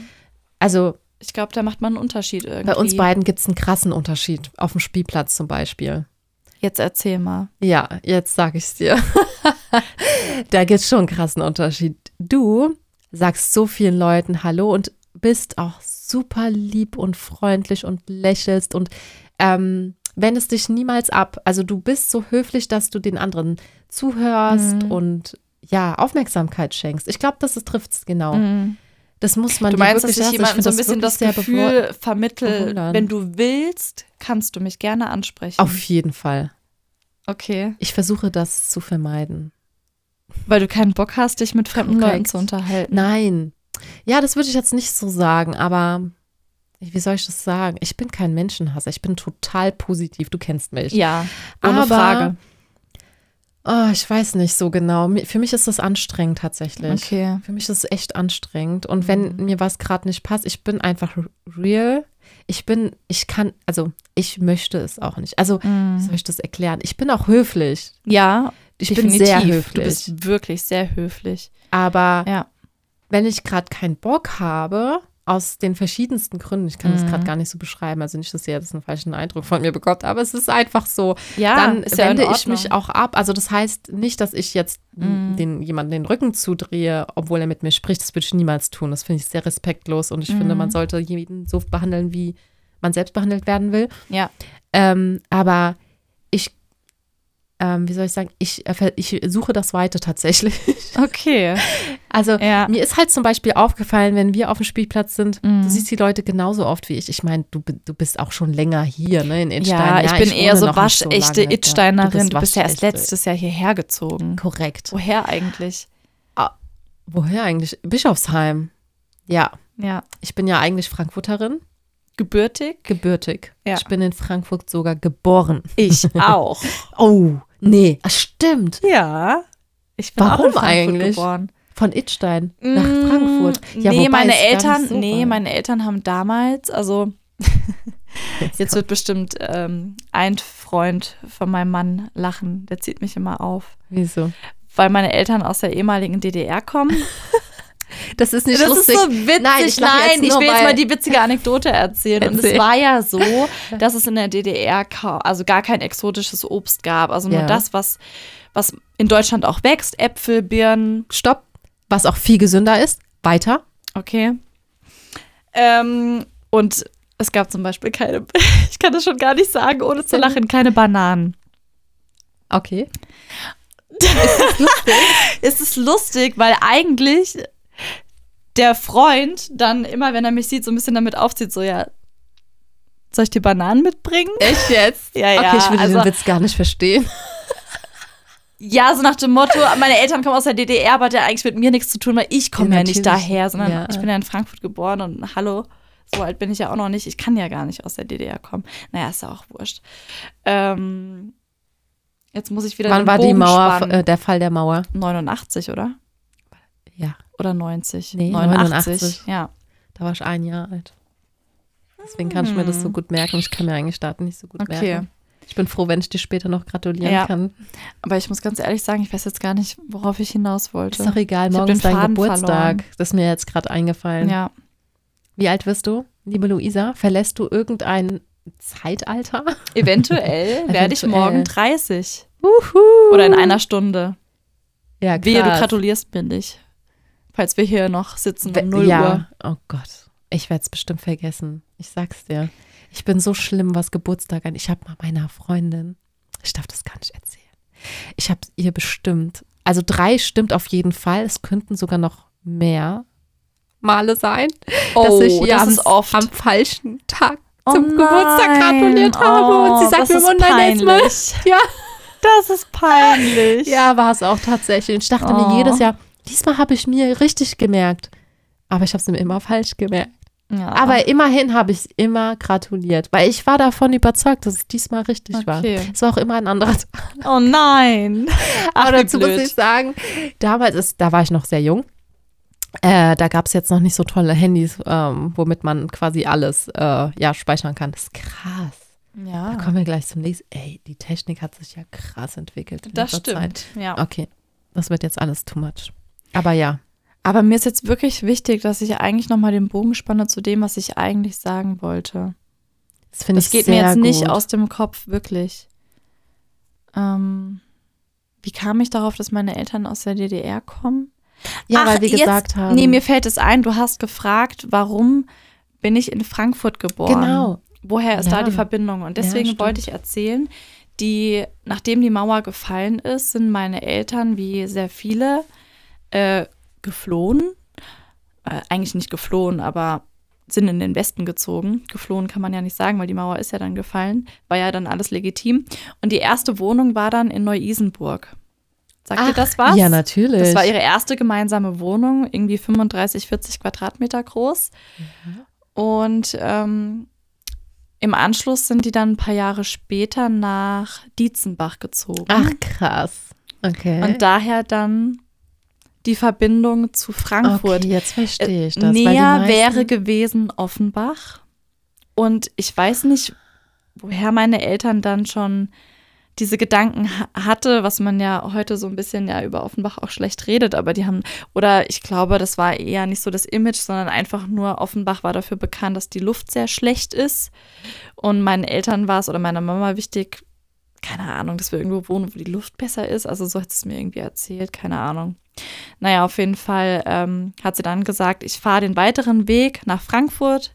Also
Ich glaube, da macht man einen Unterschied irgendwie.
Bei uns beiden gibt es einen krassen Unterschied. Auf dem Spielplatz zum Beispiel.
Jetzt erzähl mal.
Ja, jetzt sag ich's dir. da gibt es schon einen krassen Unterschied. Du sagst so vielen Leuten Hallo und bist auch super lieb und freundlich und lächelst und ähm, wendest dich niemals ab. Also du bist so höflich, dass du den anderen zuhörst
Mhm.
und ja, Aufmerksamkeit schenkst. Ich glaube, das trifft es genau.
Mhm.
Das muss man
Du
dir
meinst, dass
wirklich
ich
lassen.
jemandem
find
so ein bisschen das
wirklich sehr bewor-
Gefühl vermittel,
bewundern.
wenn du willst, kannst du mich gerne ansprechen.
Auf jeden Fall.
Okay.
Ich versuche das zu vermeiden.
Weil du keinen Bock hast, dich mit fremden
Korrekt.
Leuten zu unterhalten.
Nein. Ja, das würde ich jetzt nicht so sagen, aber wie soll ich das sagen? Ich bin kein Menschenhasser. Ich bin total positiv. Du kennst mich.
Ja, ohne
Aber-
Frage.
Oh, ich weiß nicht so genau. Mir- Für mich ist das anstrengend tatsächlich.
Okay. Mhm.
Für mich ist es echt anstrengend. Und wenn mir was gerade nicht passt, ich bin einfach r- real. Ich bin, ich kann, also ich möchte es auch nicht. Also,
Mhm.
wie soll ich das erklären? Ich bin auch höflich.
Ja,
Ich
definitiv.
bin sehr höflich.
Du bist wirklich sehr höflich.
aber
Ja.
wenn ich gerade keinen Bock habe, aus den verschiedensten Gründen, ich kann
Mhm.
das gerade gar nicht so beschreiben, also nicht, dass ihr jetzt einen falschen Eindruck von mir bekommt, aber es ist einfach so,
Ja,
dann
Ah, ist ja in
wende ich
Ordnung. Mhm.
mich auch ab. Also das heißt nicht, dass ich jetzt m, den, jemanden den Rücken zudrehe, obwohl er mit mir spricht, das würde ich niemals tun. Das finde ich sehr respektlos und ich finde,
Mhm.
man sollte jeden so behandeln, wie man selbst behandelt werden will.
Ja.
Ähm, aber ich, ähm, wie soll ich sagen, ich, äh, ver- ich suche das Weite tatsächlich.
Okay.
Also
Ja.
mir ist halt zum Beispiel aufgefallen, wenn wir auf dem Spielplatz sind,
Mhm.
du siehst die Leute genauso oft wie ich. Ich meine, du, bi- du bist auch schon länger hier, ne, in Idstein.
Ja, ich bin
wohne
eher so
noch nicht lange
waschechte
da.
Itsteinerin. Du bist ja erst
waschechte.
letztes Jahr hierher gezogen.
Korrekt.
Woher eigentlich?
Woher eigentlich? Bischofsheim. Ja,
Ja.
ich bin ja eigentlich Frankfurterin,
Gebürtig?
gebürtig.
Ja.
Ich bin in Frankfurt sogar geboren.
Ich auch.
Oh, nee. Ach, stimmt.
ja. Ich bin
Warum
auch in Frankfurt
eigentlich?
Geboren.
Von Idstein nach
Mm,
Frankfurt. Ja,
nee,
wobei
meine
es gar nicht
Eltern,
so
nee,
weit.
meine Eltern haben damals, also jetzt
kommt-
wird bestimmt ähm, ein Freund von meinem Mann lachen, der zieht mich immer auf,
Wieso?
weil meine Eltern aus der ehemaligen DDR kommen.
Das ist nicht
das
lustig.
ist so witzig.
Nein, ich, lache jetzt nur,
will jetzt
weil-
mal die witzige Anekdote erzählen. Und es
Erzähl.
war ja so, dass es in der DDR kaum, also gar kein exotisches Obst gab. Also nur
Ja.
das, was, was in Deutschland auch wächst. Äpfel, Birnen,
Stopp. Was auch viel gesünder ist. Weiter.
Okay. Ähm, und es gab zum Beispiel keine, ich kann das schon gar nicht sagen, ohne zu lachen, keine Bananen.
Okay.
Es ist lustig, weil eigentlich der Freund dann immer, wenn er mich sieht, so ein bisschen damit aufzieht, so ja, soll ich die Bananen mitbringen?
Echt jetzt?
Ja, ja,
Okay, ich würde
also-
den Witz gar nicht verstehen.
Ja, so nach dem Motto, meine Eltern kommen aus der DDR, aber der hat eigentlich mit mir nichts zu tun, weil ich komme
Ja,
ja, nicht
natürlich.
daher, sondern
Ja.
ich bin ja in Frankfurt geboren und hallo, so alt bin ich ja auch noch nicht. Ich kann ja gar nicht aus der DDR kommen. Naja, ist ja auch wurscht. Ähm, jetzt muss ich wieder.
Wann
den
war die
Bogen
Mauer,
spannen.
äh, der Fall der Mauer?
89, oder?
Ja,
Oder 90?
Nee, 89.
Ja.
da war ich ein Jahr alt. Deswegen kann ich mir das so gut merken. Ich kann mir eigentlich Daten nicht so gut
Hm. Okay.
merken. Ich bin froh, wenn ich dir später noch gratulieren
Ja.
kann.
Aber ich muss ganz ehrlich sagen, ich weiß jetzt gar nicht, worauf ich hinaus wollte.
Ist doch egal,
Ich hab
morgen
den
ist dein
Faden
Geburtstag.
verloren.
Das ist mir jetzt gerade eingefallen.
Ja.
Wie alt wirst du, liebe Luisa? Verlässt du irgendein Zeitalter?
Eventuell werde ich
Eventuell.
morgen 30.
Uhu.
Oder in einer Stunde.
Ja,
Wehe, du
krass.
gratulierst mir nicht. Falls wir hier noch sitzen
We-
um 0 Uhr.
ja. Oh Gott, ich werde es bestimmt vergessen. Ich sag's dir. Ich bin so schlimm, was Geburtstag an. Ich habe mal meiner Freundin, ich darf das gar nicht erzählen. Ich habe ihr bestimmt, also drei stimmt auf jeden Fall. Es könnten sogar noch mehr Male sein, dass ich ihr am, am falschen Tag zum
Oh
Geburtstag
nein,
gratuliert habe. Und sie
oh,
sagt
das
mir
ist
immer, nein, jetzt mal.
peinlich.
Ja,
Das ist peinlich.
ja war es auch tatsächlich. Und ich dachte
Oh.
mir jedes Jahr, diesmal habe ich mir richtig gemerkt. Aber ich habe es mir immer falsch gemerkt.
Ja.
Aber immerhin habe ich immer gratuliert, weil ich war davon überzeugt, dass es diesmal richtig war.
Okay.
Es war auch immer ein anderer Tag.
oh nein. Ach,
Aber
wie
dazu
blöd.
muss ich sagen, damals ist, da war ich noch sehr jung. Äh, da gab es jetzt noch nicht so tolle Handys, ähm, womit man quasi alles äh, ja, speichern kann. Das ist krass. Da
Ja,
kommen wir gleich zum nächsten. Ey, die Technik hat sich ja krass entwickelt. In
das
letzter Zeit.
stimmt. Ja.
Okay, das wird jetzt alles too much. Aber ja,
Aber mir ist jetzt wirklich wichtig, dass ich eigentlich nochmal den Bogen spanne zu dem, was ich eigentlich sagen wollte.
das finde ich
Das geht
sehr
mir jetzt
gut.
nicht aus dem Kopf, wirklich. Ähm, wie kam ich darauf, dass meine Eltern aus der DDR kommen?
Ja,
Ach,
weil wir
jetzt-
gesagt haben.
Nee, mir fällt es ein, du hast gefragt, warum bin ich in Frankfurt geboren?
genau.
Woher ist
Ja.
da die Verbindung? Und
Ja,
deswegen
stimmt.
wollte ich erzählen, die, nachdem die Mauer gefallen ist, sind meine Eltern, wie sehr viele, äh, geflohen. Äh, eigentlich nicht geflohen, aber sind in den Westen gezogen. Geflohen kann man ja nicht sagen, weil die Mauer ist ja dann gefallen. War ja dann alles legitim. Und die erste Wohnung war dann in Neu-Isenburg. Sagt ihr
Ach,
das was?
Ja, natürlich.
Das war ihre erste gemeinsame Wohnung, irgendwie 35, 40 Quadratmeter groß. Und ähm, im Anschluss sind die dann ein paar Jahre später nach Dietzenbach gezogen.
Ach, krass. Okay.
Mhm. Und daher dann die Verbindung zu Frankfurt.
Okay, jetzt verstehe ich
Äh,
das. weil die
Näher
meisten-
wäre gewesen Offenbach. Und ich weiß nicht, woher meine Eltern dann schon diese Gedanken ha- hatte, was man ja heute so ein bisschen ja über Offenbach auch schlecht redet, aber die haben, oder ich glaube, das war eher nicht so das Image, sondern einfach nur Offenbach war dafür bekannt, dass die Luft sehr schlecht ist. Und meinen Eltern war es oder meiner Mama wichtig, keine Ahnung, dass wir irgendwo wohnen, wo die Luft besser ist. Also so hat sie es mir irgendwie erzählt, keine Ahnung. Naja, auf jeden Fall ähm, hat sie dann gesagt, ich fahre den weiteren Weg nach Frankfurt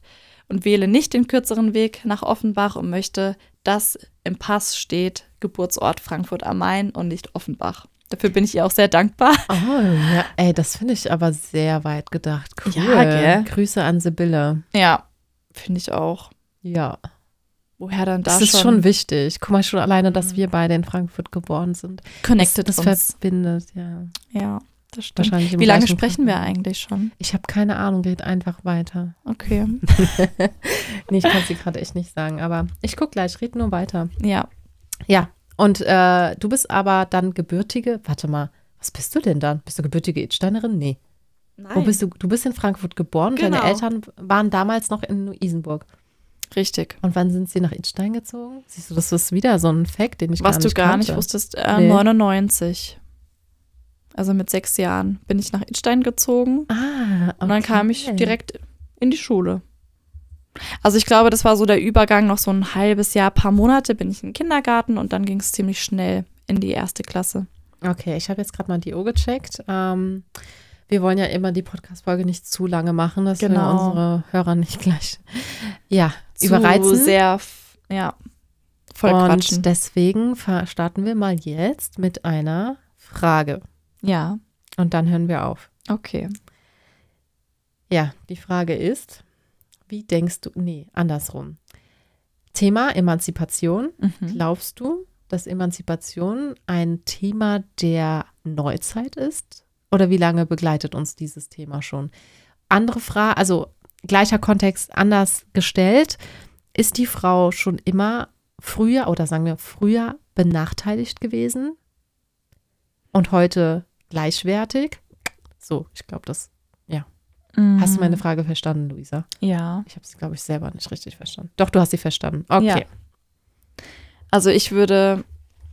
und wähle nicht den kürzeren Weg nach Offenbach und möchte, dass im Pass steht Geburtsort Frankfurt am Main und nicht Offenbach. Dafür bin ich ihr auch sehr dankbar.
Oh, ja. Ey, das finde ich aber sehr weit gedacht. Cool.
Ja, gell?
Grüße an Sibylle.
Ja, finde ich auch.
Ja,
Woher dann da
das ist schon wichtig. Guck mal, schon alleine, dass wir beide in Frankfurt geboren sind.
Mhm. connected
das
uns.
verbindet, ja.
Ja, das stimmt.
Wahrscheinlich im
Wie lange
gleichen
sprechen wir
Frankfurt.
eigentlich schon?
Ich habe keine Ahnung, geht einfach weiter.
Okay.
Nee, ich kann sie gerade echt nicht sagen, aber ich guck gleich, red nur weiter.
Ja,
Ja, und äh, du bist aber dann gebürtige, warte mal, was bist du denn dann? Bist du gebürtige Edsteinerin? Nee. Wo
Nein.
bist du? Du bist in Frankfurt geboren und deine
Genau.
Eltern waren damals noch in Luisenburg.
richtig.
Und wann sind sie nach Idstein gezogen? Siehst du, das ist wieder so ein Fact, den ich
Was
gar nicht
du gar nicht
kannte.
wusstest, äh,
Nee.
99. Also mit sechs Jahren bin ich nach Idstein gezogen
Ah, okay.
und dann kam ich direkt in die Schule. Also ich glaube, das war so der Übergang, noch so ein halbes Jahr, paar Monate bin ich in den Kindergarten und dann ging es ziemlich schnell in die erste Klasse.
Okay, ich habe jetzt gerade mal die Uhr gecheckt. Ähm, wir wollen ja immer die Podcast-Folge nicht zu lange machen, dass wir
Genau.
unsere Hörer nicht gleich ja,
Zu
überreizen.
sehr, f- ja, voll
Und
quatschen.
deswegen ver- starten wir mal jetzt mit einer Frage.
Ja,
Und dann hören wir auf.
okay.
Ja, die Frage ist, wie denkst du, nee, andersrum. Thema Emanzipation.
Mhm.
Glaubst du, dass Emanzipation ein Thema der Neuzeit ist? Oder wie lange begleitet uns dieses Thema schon? Andere Frage, also gleicher Kontext, anders gestellt. Ist die Frau schon immer früher oder sagen wir früher benachteiligt gewesen und heute gleichwertig? So, ich glaube, das. Hast du
Mhm.
meine Frage verstanden, Luisa?
Mm, Ja.
Ich habe sie, glaube ich, selber nicht richtig verstanden. Doch, du hast sie verstanden. Okay.
Ja. Also ich würde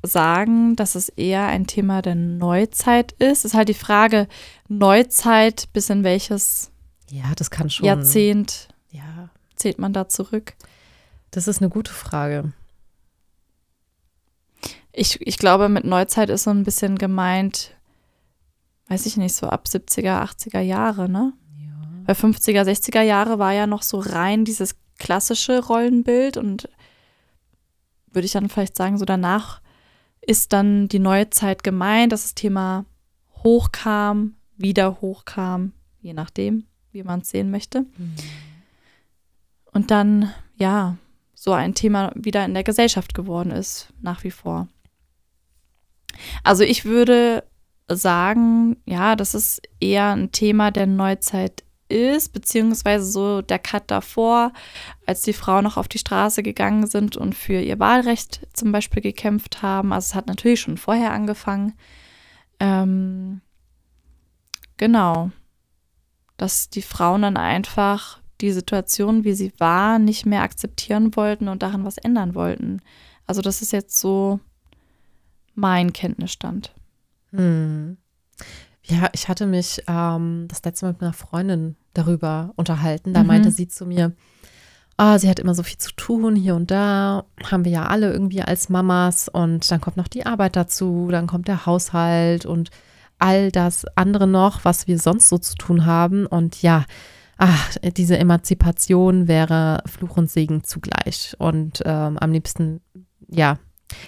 sagen, dass es eher ein Thema der Neuzeit ist. Ist halt die Frage, Neuzeit bis in welches
Ja, das kann schon.
Jahrzehnt
Ja,
zählt man da zurück?
das ist eine gute Frage.
Ich, ich glaube, mit Neuzeit ist so ein bisschen gemeint, weiß ich nicht, so ab 70er, 80er Jahre, ne?
Ja.
Bei 50er, 60er Jahre war ja noch so rein dieses klassische Rollenbild und würde ich dann vielleicht sagen, so danach ist dann die neue Zeit gemeint, dass das Thema hochkam, wieder hochkam, je nachdem, wie man es sehen möchte. Und dann, ja, so ein Thema wieder in der Gesellschaft geworden ist, nach wie vor. Also ich würde sagen, ja, dass es eher ein Thema der Neuzeit ist, beziehungsweise so der Cut davor, als die Frauen noch auf die Straße gegangen sind und für ihr Wahlrecht zum Beispiel gekämpft haben. Also es hat natürlich schon vorher angefangen. Ähm, genau, dass die Frauen dann einfach die Situation, wie sie war, nicht mehr akzeptieren wollten und daran was ändern wollten. Also das ist jetzt so mein Kenntnisstand.
Hm. Ja, ich hatte mich ähm, das letzte Mal mit einer Freundin darüber unterhalten. Da
Mhm.
meinte sie zu mir, ah, sie hat immer so viel zu tun hier und da. Haben wir ja alle irgendwie als Mamas und dann kommt noch die Arbeit dazu, dann kommt der Haushalt und all das andere noch, was wir sonst so zu tun haben. Und ja, ach, diese Emanzipation wäre Fluch und Segen zugleich. Und ähm, am liebsten, ja,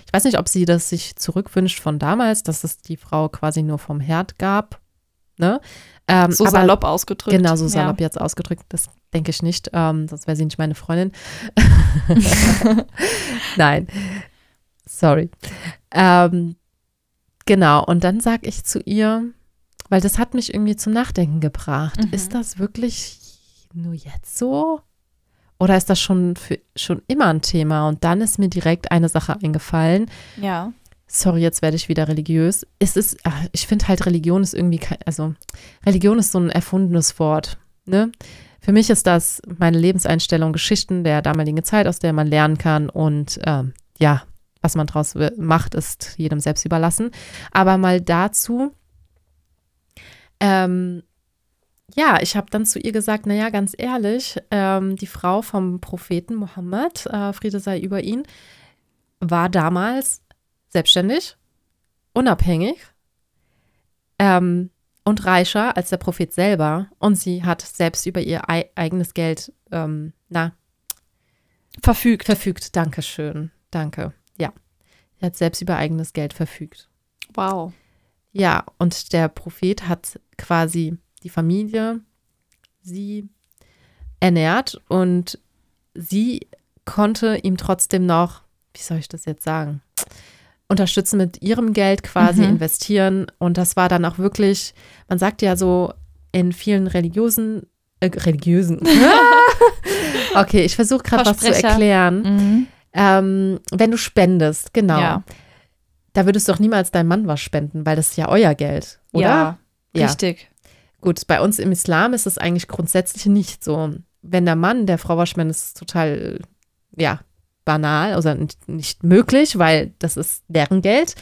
ich weiß nicht, ob sie das sich zurückwünscht von damals, dass es die Frau quasi nur vom Herd gab. Ne? Ähm,
So
aber-
salopp ausgedrückt.
Genau, so
Ja.
salopp jetzt ausgedrückt. Das denke ich nicht, ähm, sonst wäre sie nicht meine Freundin. Nein, sorry. Ähm, genau, und dann sage ich zu ihr, weil das hat mich irgendwie zum Nachdenken gebracht.
Mhm.
Ist das wirklich nur jetzt so? Oder ist das schon, für, schon immer ein Thema? Und dann ist mir direkt eine Sache eingefallen,
Ja.
sorry, jetzt werde ich wieder religiös. Es ist, ah, ich finde halt, Religion ist irgendwie kein, also Religion ist so ein erfundenes Wort. Ne? Für mich ist das meine Lebenseinstellung, Geschichten der damaligen Zeit, aus der man lernen kann und ähm, ja, was man draus wi- macht, ist jedem selbst überlassen. Aber mal dazu, ähm, ja, ich habe dann zu ihr gesagt, naja, ganz ehrlich, ähm, die Frau vom Propheten Mohammed, äh, Friede sei über ihn, war damals selbstständig, unabhängig ähm, und reicher als der Prophet selber. Und sie hat selbst über ihr ei eigenes Geld, ähm, na,
Verfügt.
verfügt. Dankeschön. Danke. Ja. Sie hat selbst über eigenes Geld verfügt.
Wow.
Ja, und der Prophet hat quasi die Familie, sie ernährt und sie konnte ihm trotzdem noch, wie soll ich das jetzt sagen, unterstützen mit ihrem Geld quasi,
Mhm.
investieren. Und das war dann auch wirklich, man sagt ja so, in vielen religiösen, äh, religiösen. okay, ich versuche gerade was zu
Versprecher.
erklären.
Mhm.
Ähm, wenn du spendest, genau.
Ja.
Da würdest du doch niemals deinem Mann was spenden, weil das ist ja euer Geld, oder?
Ja.
Ja.
Richtig.
Gut, bei uns im Islam ist es eigentlich grundsätzlich nicht so. Wenn der Mann der Frau was spendet, ist es total, ja, banal, also nicht, nicht möglich, weil das ist deren Geld.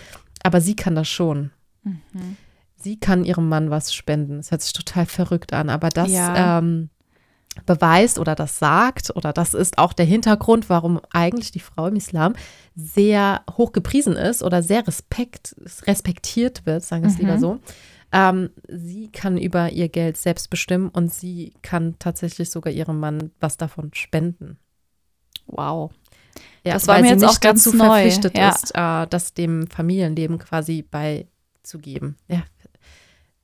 Aber sie kann das schon.
Mhm.
Sie kann ihrem Mann was spenden. Das hört sich total verrückt an, aber das
Ja.
ähm, beweist oder das sagt oder das ist auch der Hintergrund, warum eigentlich die Frau im Islam sehr hoch gepriesen ist oder sehr respekt, respektiert wird, sagen wir es
Mhm.
lieber so. Ähm, sie kann über ihr Geld selbst bestimmen und sie kann tatsächlich sogar ihrem Mann was davon spenden.
Wow.
Ja,
Das war
weil
mir
sie
jetzt
nicht
auch ganz
dazu
neu,
verpflichtet
ja.
ist, äh, das dem Familienleben quasi beizugeben. Ja.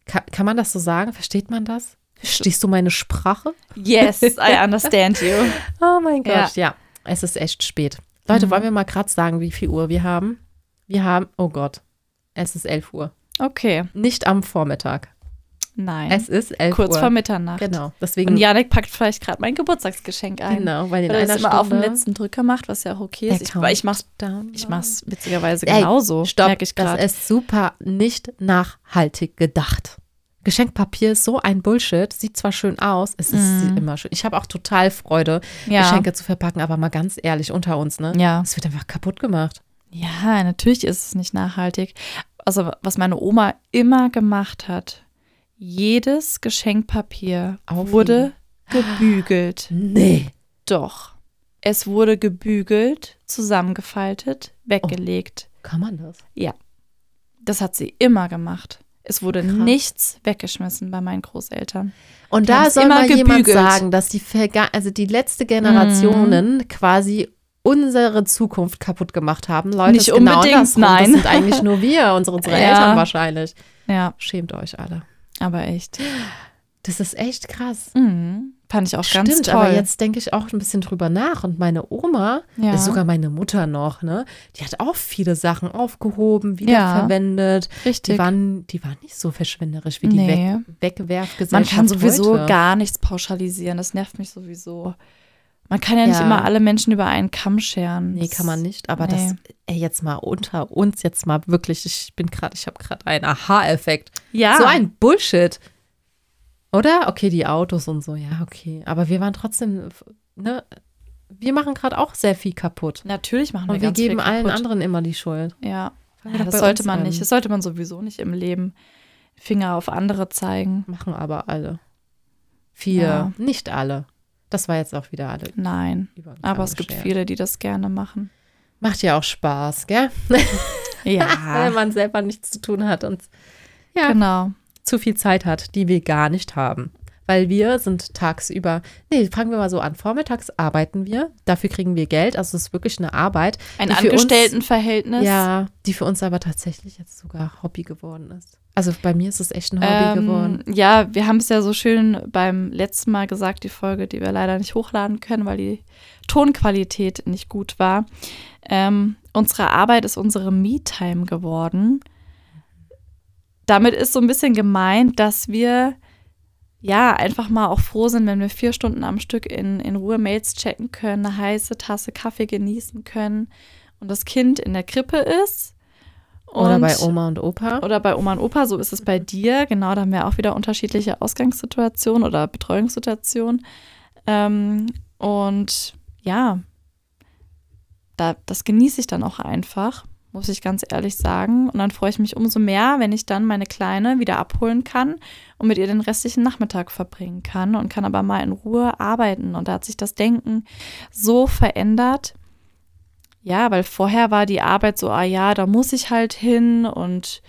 Kann, kann man das so sagen? Versteht man das? Verstehst du meine Sprache?
Yes, I understand you.
Oh mein
Ja.
Gott, ja. Es ist echt spät. Leute,
Mhm.
wollen wir mal gerade sagen, wie viel Uhr wir haben? Wir haben, oh Gott, es ist 11 Uhr.
Okay.
Nicht am Vormittag.
Nein.
Es ist 11
Kurz
Uhr.
vor Mitternacht.
Genau,
Und
deswegen,
Janik packt vielleicht gerade mein Geburtstagsgeschenk ein.
genau, weil in
Weil er
einer
es immer
Stunde
auf den letzten Drücker macht, was ja auch okay ist.
Der
Ich, weil ich mach's,
Countdown
ich mach's witzigerweise
Ey,
genauso.
Stopp,
merk Genau ich
das
gerade.
ist super nicht nachhaltig gedacht. Geschenkpapier ist so ein Bullshit, sieht zwar schön aus, es ist
Mhm.
immer schön. Ich habe auch total Freude,
Ja.
Geschenke zu verpacken, aber mal ganz ehrlich, unter uns, ne?
ja.
Es wird einfach kaputt gemacht.
Ja, natürlich ist es nicht nachhaltig. Also, was meine Oma immer gemacht hat, jedes Geschenkpapier
Aufheben.
wurde gebügelt.
Nee.
Doch. Es wurde gebügelt, zusammengefaltet, weggelegt.
Kann man das?
Das hat sie immer gemacht. Es wurde
Krass.
nichts weggeschmissen bei meinen Großeltern.
Und
Die
da
haben's
soll
immer
mal jemand
gebügelt.
sagen, dass die, Verga also die letzte Generationen
Mhm.
quasi unsere Zukunft kaputt gemacht haben. Leute,
Nicht
es ist genau
unbedingt,
andersrum.
nein.
Das sind eigentlich nur wir, unsere, unsere
Ja.
Eltern wahrscheinlich.
Ja,
Schämt euch alle.
aber echt.
Das ist echt krass.
Mhm. Fand ich auch
Stimmt,
ganz toll.
aber jetzt denke ich auch ein bisschen drüber nach. Und meine Oma,
Ja.
das ist sogar meine Mutter noch, ne? Die hat auch viele Sachen aufgehoben, wiederverwendet.
Richtig.
Die waren, die waren nicht so verschwenderisch wie die
Nee.
Weg Wegwerfgesellschaft.
Man kann sowieso
heute.
gar nichts pauschalisieren. Das nervt mich sowieso. Man kann ja, nicht
Ja.
immer alle Menschen über einen Kamm scheren.
Nee,
Das-
kann man nicht. Aber
nee.
das, ey, jetzt mal unter uns, jetzt mal wirklich, ich bin gerade, ich habe gerade einen Aha-Effekt.
Ja.
So ein Bullshit. Oder? Okay, die Autos und so, ja, okay. Aber wir waren trotzdem, ne? Wir machen gerade auch sehr viel kaputt.
Natürlich machen wir
Und wir
ganz
geben
viel
allen
kaputt.
anderen immer die Schuld.
Ja.
Fangen wir
ja
doch
das
bei
sollte
uns
man
an.
nicht. Das sollte man sowieso nicht im Leben. Finger auf andere zeigen.
Machen aber alle. Viele,
Ja.
nicht alle. Das war jetzt auch wieder alle.
Nein.
über den
Aber
Kamm
es gibt
geschert.
viele, die das gerne machen.
Macht ja auch Spaß, gell? Wenn
Ja,
man selber nichts zu tun hat und ja,
genau.
zu viel Zeit hat, die wir gar nicht haben. Weil wir sind tagsüber, nee, fangen wir mal so an, vormittags arbeiten wir, dafür kriegen wir Geld, also es ist wirklich eine Arbeit.
Ein
die für uns-
Angestelltenverhältnis.
Ja, die für uns aber tatsächlich jetzt sogar Hobby geworden ist. Also bei mir ist es echt ein Hobby
Ähm,
geworden.
ja, wir haben es ja so schön beim letzten Mal gesagt, die Folge, die wir leider nicht hochladen können, weil die Tonqualität nicht gut war. Ähm, unsere Arbeit ist unsere Me-Time geworden. Damit ist so ein bisschen gemeint, dass wir ja einfach mal auch froh sind, wenn wir vier Stunden am Stück in, in Ruhe Mails checken können, eine heiße Tasse Kaffee genießen können und das Kind in der Krippe ist.
Oder
Und-
bei Oma und Opa.
oder bei Oma und Opa, so ist es bei dir. Genau, da haben wir auch wieder unterschiedliche Ausgangssituationen oder Betreuungssituationen. Ähm, und ja, da, das genieße ich dann auch einfach, muss ich ganz ehrlich sagen. Und dann freue ich mich umso mehr, wenn ich dann meine Kleine wieder abholen kann und mit ihr den restlichen Nachmittag verbringen kann und kann aber mal in Ruhe arbeiten. Und da hat sich das Denken so verändert. Ja, weil vorher war die Arbeit so, ah ja, da muss ich halt hin und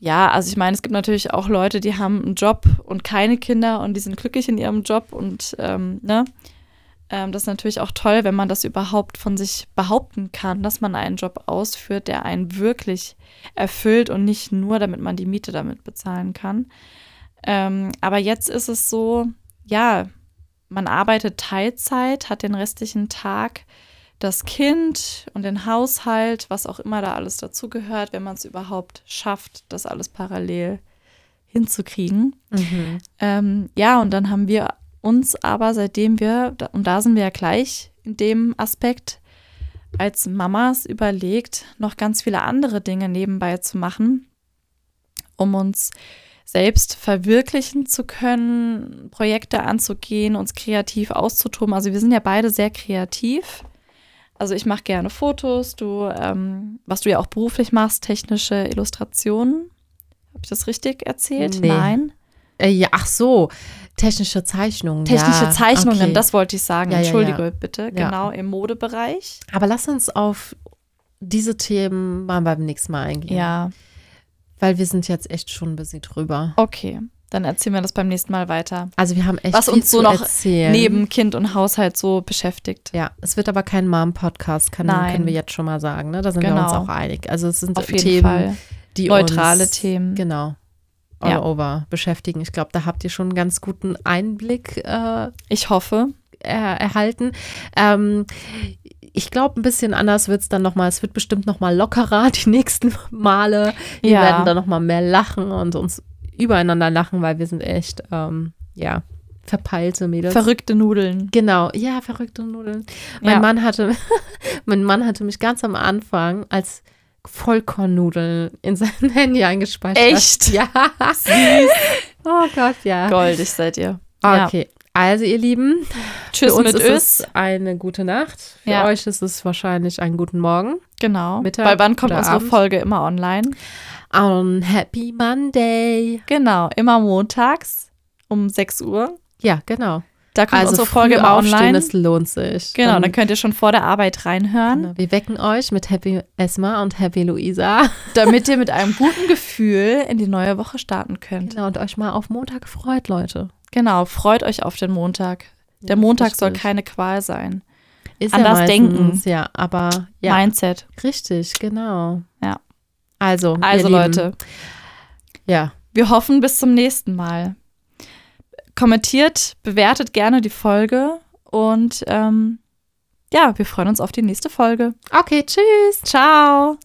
ja, also ich meine, es gibt natürlich auch Leute, die haben einen Job und keine Kinder und die sind glücklich in ihrem Job und ähm, ne, ähm, das ist natürlich auch toll, wenn man das überhaupt von sich behaupten kann, dass man einen Job ausführt, der einen wirklich erfüllt und nicht nur, damit man die Miete damit bezahlen kann. Ähm, aber jetzt ist es so, ja, man arbeitet Teilzeit, hat den restlichen Tag das Kind und den Haushalt, was auch immer da alles dazugehört, wenn man es überhaupt schafft, das alles parallel hinzukriegen.
Mhm.
Ähm, ja, und dann haben wir uns aber, seitdem wir, da- und da sind wir ja gleich in dem Aspekt, als Mamas überlegt, noch ganz viele andere Dinge nebenbei zu machen, um uns selbst verwirklichen zu können, Projekte anzugehen, uns kreativ auszutoben. Also wir sind ja beide sehr kreativ. Also ich mache gerne Fotos, du, ähm, was du ja auch beruflich machst, technische Illustrationen. Habe ich das richtig erzählt?
Nee.
Nein.
Äh, ja, ach so, technische Zeichnungen.
Technische
ja,
Zeichnungen,
okay.
das wollte ich sagen.
Ja, ja,
Entschuldige
ja.
bitte.
Ja.
Genau, im Modebereich.
Aber lass uns auf diese Themen mal beim nächsten Mal eingehen.
Ja.
Weil wir sind jetzt echt schon ein bisschen drüber.
Okay, dann erzählen wir das beim nächsten Mal weiter.
Also wir haben echt
Was
viel
uns so
zu
noch
erzählen.
Neben Kind und Haushalt so beschäftigt.
Ja, es wird aber kein Mom-Podcast, können,
Nein.
können wir jetzt schon mal sagen. Ne? Da sind wir
Genau.
uns auch einig. Also es sind
Auf jeden
Themen,
Fall.
die
Neutrale
uns,
Themen.
Genau. All
Ja.
over beschäftigen. Ich glaube, da habt ihr schon einen ganz guten Einblick äh,
Ich hoffe.
er erhalten. Ähm, ich glaube, ein bisschen anders wird es dann nochmal. Es wird bestimmt nochmal lockerer die nächsten Male. Wir
Ja.
werden dann nochmal mehr lachen und uns übereinander lachen, weil wir sind echt, ähm, ja, verpeilte Mädels.
Verrückte Nudeln.
Genau, ja, verrückte Nudeln. Mein
Ja.
Mann hatte, mein Mann hatte mich ganz am Anfang als Vollkornnudeln in sein Handy eingespeichert.
Echt?
Ja. Oh Gott, ja.
Goldig seid ihr.
Okay. Also, ihr Lieben,
Ja. Tschüss
für uns
mit
ist
Ös.
es eine gute Nacht. Für
Ja.
euch ist es wahrscheinlich einen guten Morgen.
Genau.
Mittag
Weil wann kommt
oder
unsere
Abend.
Folge immer online?
On Happy Monday.
Genau, immer montags um 6 Uhr.
Ja, genau.
Da kommt
also,
unsere Folge
früh
immer
aufstehen,
online.
das lohnt sich.
Genau, dann
dann
könnt ihr schon vor der Arbeit reinhören.
wir wecken euch mit Happy Esma und Happy Luisa.
damit ihr mit einem guten Gefühl in die neue Woche starten könnt.
Genau, und euch mal auf Montag freut, Leute.
Genau, freut euch auf den Montag. Der Montag soll keine Qual sein.
Ist
An
ja
das Denken.
meistens, Ja, aber ja,
Mindset.
richtig, genau.
Ja.
Also, ihr
Also
Lieben,
Leute,
Ja,
wir hoffen bis zum nächsten Mal. kommentiert, bewertet gerne die Folge und ähm, ja, wir freuen uns auf die nächste Folge.
Okay, tschüss.
Ciao.